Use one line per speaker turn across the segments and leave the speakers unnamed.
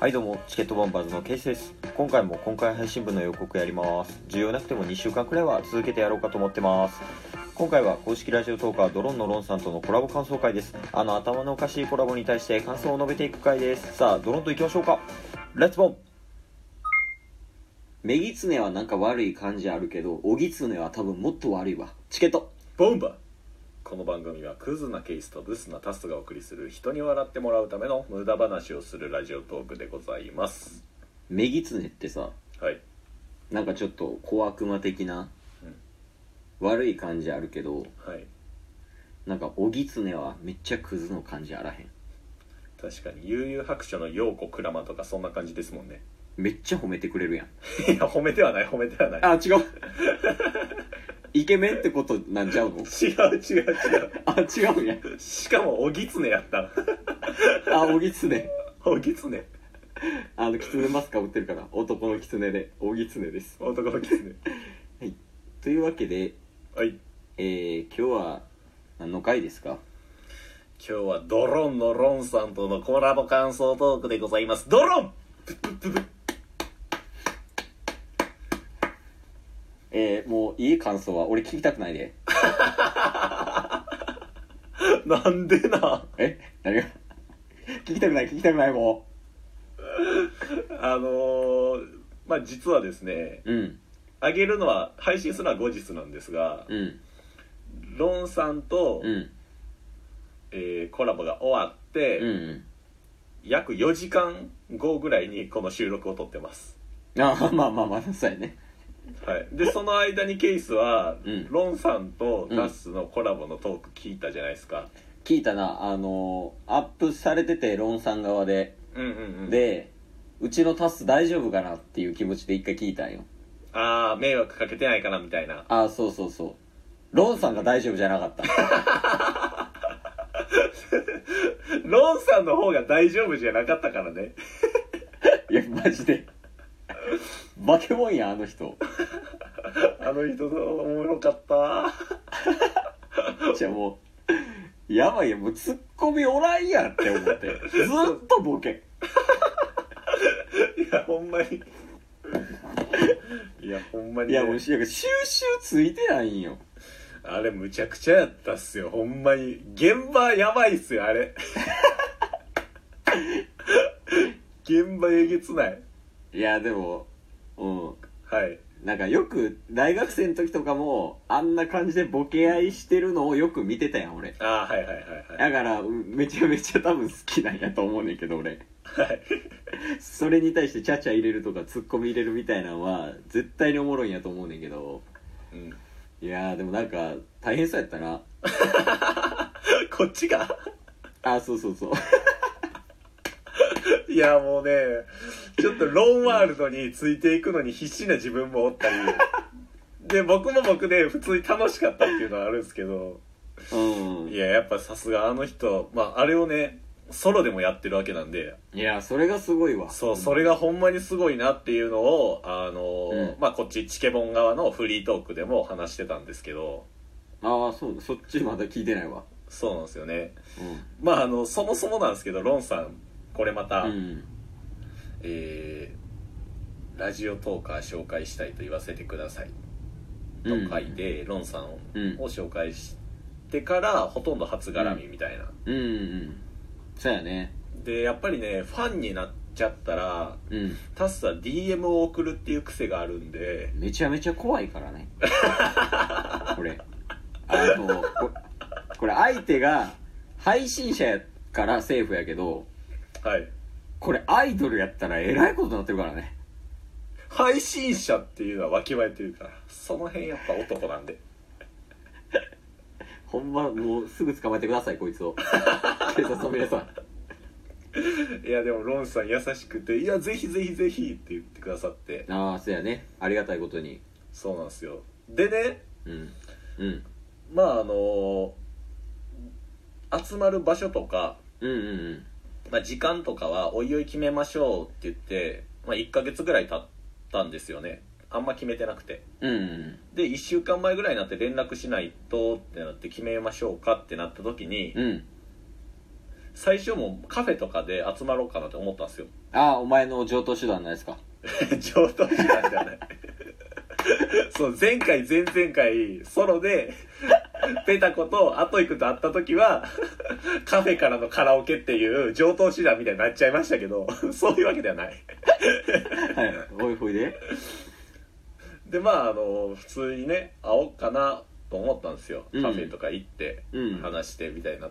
はいどうもチケットボンバーズのケイスです今回も今回配信分の予告やります重要なくても2週間くらいは続けてやろうかと思ってます今回は公式ラジオトーカードロンのロンさんとのコラボ感想会ですあの頭のおかしいコラボに対して感想を述べていく回ですさあドロンといきましょうかレッツボンメギツネはなんか悪い感じあるけどオギツネは多分もっと悪いわチケット
ボンバーこの番組はクズなケイスとブスなタストがお送りする人に笑ってもらうための無駄話をするラジオトークでございます
メギツネってさ
はい
なんかちょっと小悪魔的な、悪い感じあるけど
はい
なんかおぎつねはめっちゃクズの感じあらへん
確かに悠々白書の陽子クラマとかそんな感じですもんね
めっちゃ褒めてくれるやん
いや褒めてはない褒めてはない
あ違う イケメンってことなんちゃうの
違う違う違
あ違うんや
うしかもおぎつねやった
あおぎつね
おぎつね
あのキツネマスカ売ってるから男のキツネでおぎつねです
男のキツネ
というわけで、
はい今
えー、今日は何の回ですか
日はドロンのロンさんとのコラボ感想トークでございますドロン
えー、もういい感想は俺聞きたくないで
なんでな
え何が 聞きたくない聞きたくないも
あのー、まあ実はですね
ううん
上げるのは配信するのは後日なんですが、
うん
ロンさんと、
うん
えーコラボが終わって、
うんうん
約4時間後ぐらいにこの収録を撮ってます、
あーまあまあまあそうやね
はい、でその間にケイスは、
うん
ロンさんとダッスのコラボのトーク聞いたじゃないですか、
聞いたなあのアップされててロンさん側で、
うん、うんうん
でうちのタス大丈夫かなっていう気持ちで一回聞いたんよ
ああ迷惑かけてないかなみたいな
ああそうそうそうロンさんが大丈夫じゃなかった
ロンさんの方が大丈夫じゃなかったからね
いやマジで化け物やんあの人
あの人おもろかった
じゃあもうやばいやもうツッコミおらんやんって思ってずっとボケ
いやほんまにいやほんまに、
い
ね、
やもう収集ついてないんよ
あれむちゃくちゃやったっすよほんまに現場やばいっすよあれ現場えげつない
いやでもうん
はい
なんかよく大学生の時とかもあんな感じでボケ合いしてるのをよく見てたやん俺
ああはいはいはいはい
だからうめちゃめちゃ多分好きなんやと思うねんけど俺
はい
それに対してチャチャ入れるとかツッコミ入れるみたいなのは絶対におもろいんやと思うねんけど
うん、
いやーでもなんか大変そうやったな
こっちが
あそうそうそう
いやもうねちょっとロンワールドについていくのに必死な自分もおったりで僕も僕で普通に楽しかったっていうのはあるんですけど
うん
いややっぱさすがあの人、まあ、あれをねソロでもやってるわけなんで
いやそれがすごいわ
そう、それがほんまにすごいなっていうのを、あのー
うん
まあ、こっち、チケボン側のフリートークでも話してたんですけど、
ああそうそっちまだ聞いてないわ
そうなんですよね。
う
まあ、あの、そもそもなんですけど、ロンさん、これまた、
ん、うん、
えーラジオトーカー紹介したいと言わせてくださいと書いて、ロンさんを
うん
紹介してから、ほとんど初絡みみたいな。
うんうんうんそうやね
で、やっぱりね、ファンになっちゃったら、
うん
タスは DM を送るっていう癖があるんで、
めちゃめちゃ怖いからねこれあのここれ相手が配信者やからセーフやけど
はい。
これアイドルやったらえらいことになってるからね
配信者っていうのはわきまえてるからその辺やっぱ男なんで
ほんまもうすぐ捕まえてくださいこいつを警察の皆さん
いやでもロンさん優しくて「いやぜひぜひぜひ」って言ってくださって
ああそうやねありがたいことに
そうなんですよでね
うんうん
まああの集まる場所とか、
うんうんうん
まあ、時間とかはおいおい決めましょうって言って、まあ、1ヶ月ぐらい経ったんですよねあんま決めてなくて
うんうん
で1週間前ぐらいになって連絡しないとってなって決めましょうかってなった時に、
うん
最初もうカフェとかで集まろうかなって思ったんですよ
ああお前の上等手段ないですか
上等手段じゃないそう前回前々回ソロでペタコとアトイクと会った時はカフェからのカラオケっていう上等手段みたいになっちゃいましたけどそういうわけではない
はいおいほいで
でまああの普通にね会おうかなと思ったんですよ、
うん
カフェとか行って
うん
話してみたいな、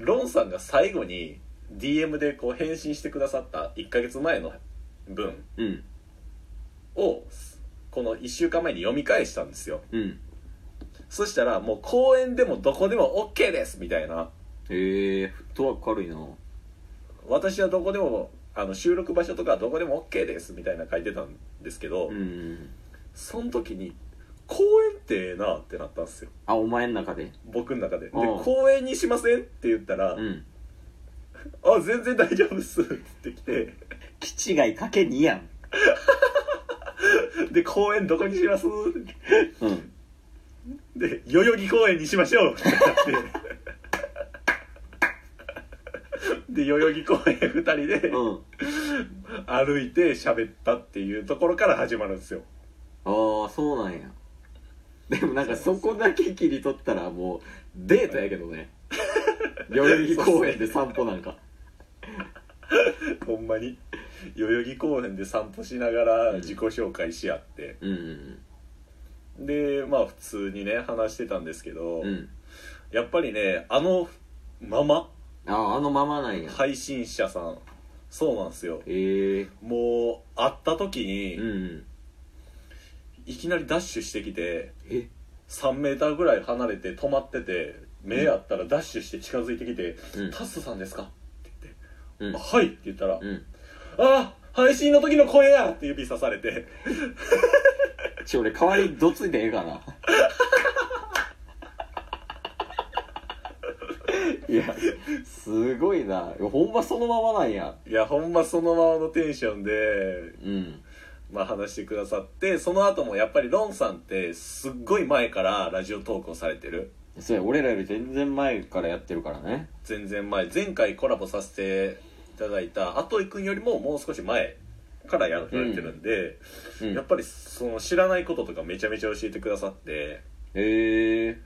ロンさんが最後に DM でこう返信してくださった1ヶ月前の文
うん
をこの1週間前に読み返したんですよ
うん
そしたらもう公園でもどこでも OK ですみたいな
へえフットワーク軽いな
私はどこでもあの収録場所とかどこでも OK ですみたいな書いてたんですけど、
うん
その時に公園ってええなってなったんですよ
あお前の中で
僕の中でで
うん
公園にしませんって言ったら「
うん
あ全然大丈夫っす」って来て
気違いかけにやん
「で公園どこにします?」って
うん
で代々木公園にしましょう」ってなってで代々木公園2人で
うん
歩いて喋ったっていうところから始まるんですよ
ああそうなんやでもなんかそこだけ切り取ったらもうデートやけど ね代々木公園で散歩なんか
ほんまに代々木公園で散歩しながら自己紹介し合って、
うんうん
でまあ普通にね話してたんですけど、
うんうん
やっぱりねあのまま
あああのままなんや
配信者さんそうなんですよ
へえ
もう会った時に、
うんうん
いきなりダッシュしてきて
え
3メーターぐらい離れて止まってて目あったらダッシュして近づいてきて「
うん
タッスさんですか?」って言って「
うん
あはい」って言ったら「
うん
あ配信の時の声や!」って指さされて
ちょ俺代わりにどついてええかないやすごいなほんまそのままなんや
いやほんまそのままのテンションで、
うん
まあ、話してくださってその後もやっぱりロンさんってすっごい前からラジオ投稿されてる
そうや俺らより全然前からやってるからね
全然前前回コラボさせていただいたアトイくんよりももう少し前からやられてるんで、
うん
やっぱりその知らないこととかめちゃめちゃ教えてくださって
へえ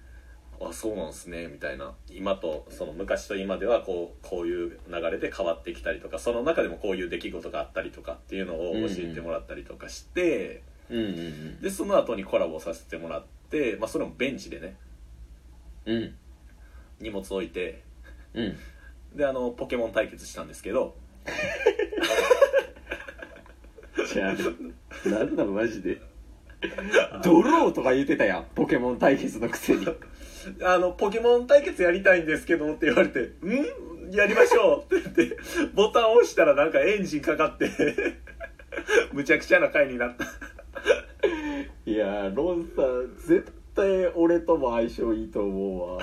あそうなんすねみたいな今とその昔と今ではこうこういう流れで変わってきたりとかその中でもこういう出来事があったりとかっていうのを教えてもらったりとかして、
うんうん
でその後にコラボさせてもらって、まあ、それもベンチでね
うんうん
荷物置いて
うん
であのポケモン対決したんですけど
じゃあなんだろマジでドローとか言ってたやんポケモン対決のくせに
あの、ポケモン対決やりたいんですけどって言われて、んやりましょうって言って、ボタンを押したらなんかエンジンかかって、 むちゃくちゃな回になった。
いやーロンさん絶対俺とも相性いいと思うわ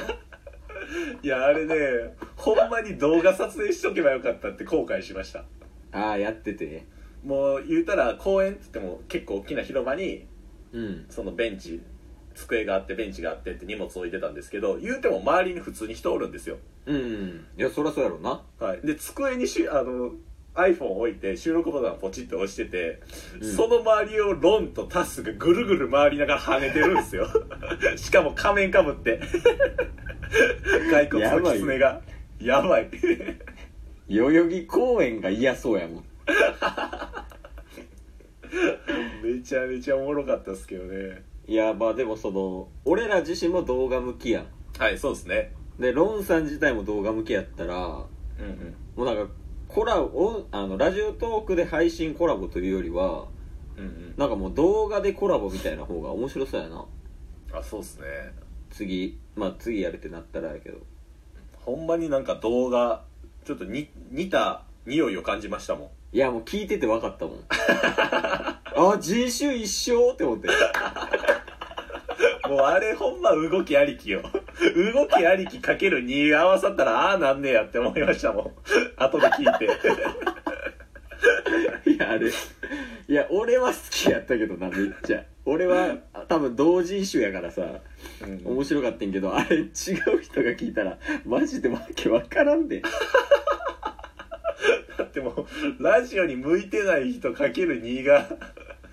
いや、あれね、ほんまに動画撮影しとけばよかったって後悔しました。
ああやってて
もう言うたら公園って言っても結構大きな広場に、
うん
そのベンチ、机があってベンチがあってって荷物置いてたんですけど、言うても周りに普通に人おるんですよ。
うんいやそりゃそうやろうな
はい、で机にしあの iPhone を置いて収録ボタンをポチッと押してて、
うん
その周りをロンとタスがぐるぐる回りながら跳ねてるん ですよしかも仮面かぶって 骸骨の狐がやばい
代々木公園が嫌そうやもん
めちゃめちゃおもろかったですけどね
いやまあでもその俺ら自身も動画向きやん
はいそうですね
でロンさん自体も動画向きやったらも
うんうん
うなんかコラボあのラジオトークで配信コラボというよりは
うんうん
なんかもう動画でコラボみたいな方が面白そうやな
あそうですね
次まあ次やるってなったらやけど
ほんまになんか動画ちょっとに似た匂いを感じましたもん
いやもう聞いてて分かったも んあ人種一緒って思って
もうあれほんま動きありきよ。 動きありきかける2合わさったらああなんねやって思いましたもん。 後で聞い て。
いやあれいや俺は好きやったけどなめっちゃ俺はあ多分同人種やからさ
うん
面白かったんけどあれ違う人が聞いたらマジでわけわからんで
だってもうラジオに向いてない人かける2が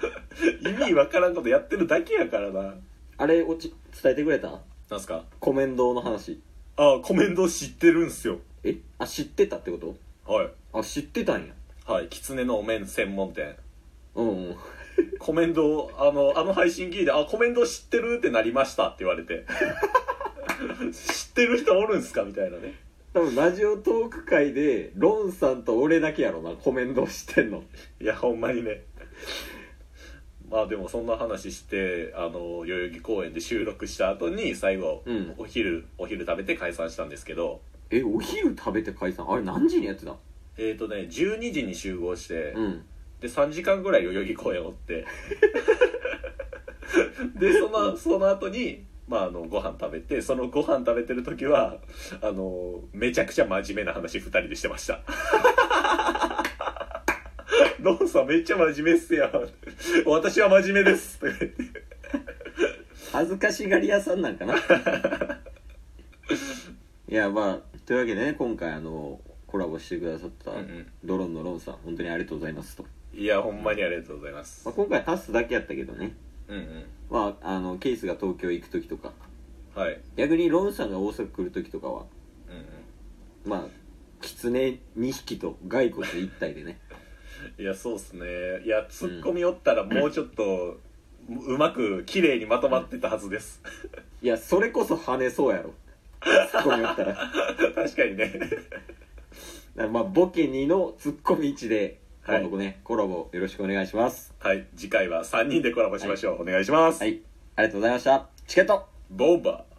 意味わからんことやってるだけやからな
あれおち伝えてくれた
なんすか
コメンドの話
あコメント知ってるんすよ
えあ知ってたってこ
はい
とあ知ってたんや
はい狐のお面専門店
うんうん
コメントをあのあの配信聞いて「あコメント知ってる?」ってなりましたって言われて 知ってる人おるんすかみたいなね
多分ラジオトーク界でロンさんと俺だけやろなコメントしてんの
いやほんまにねまあでもそんな話してあの代々木公園で収録した後に最後、
うん
お昼お昼食べて解散したんですけど
えお昼食べて解散あれ何時にやってた
えっ、ー、とね12時に集合して、
うん
で3時間ぐらい代々木公園おって でそのその後にまああのご飯食べてそのご飯食べてる時はあのめちゃくちゃ真面目な話2人でしてま したロンさんめっちゃ真面目っすやん私は真面目ですとか言って
恥ずかしがり屋さん なんかないやまあというわけでね今回あのコラボしてくださった
うんうん
ドロンのロンさん本当にありがとうございますと、
いやほんまにありがとうございます
まあ、今回タスだけやったけどね
うんうん
まああのケイスが東京行く時とか
はい
逆にロンさんが大阪来る時とかは
うんうん
まあ狐2匹と骸骨1体でね
いやそうっすねいやツッコミおったらもうちょっとうまく綺麗にまとまってたはずです
いやそれこそ跳ねそうやろツッコミやったらだか
確かにね
らまあボケ2のツッコミ1で
はい
今度もね、コラボよろしくお願いします
はい次回は3人でコラボしましょう、お願いします、
はいありがとうございましたチケット
ボンバー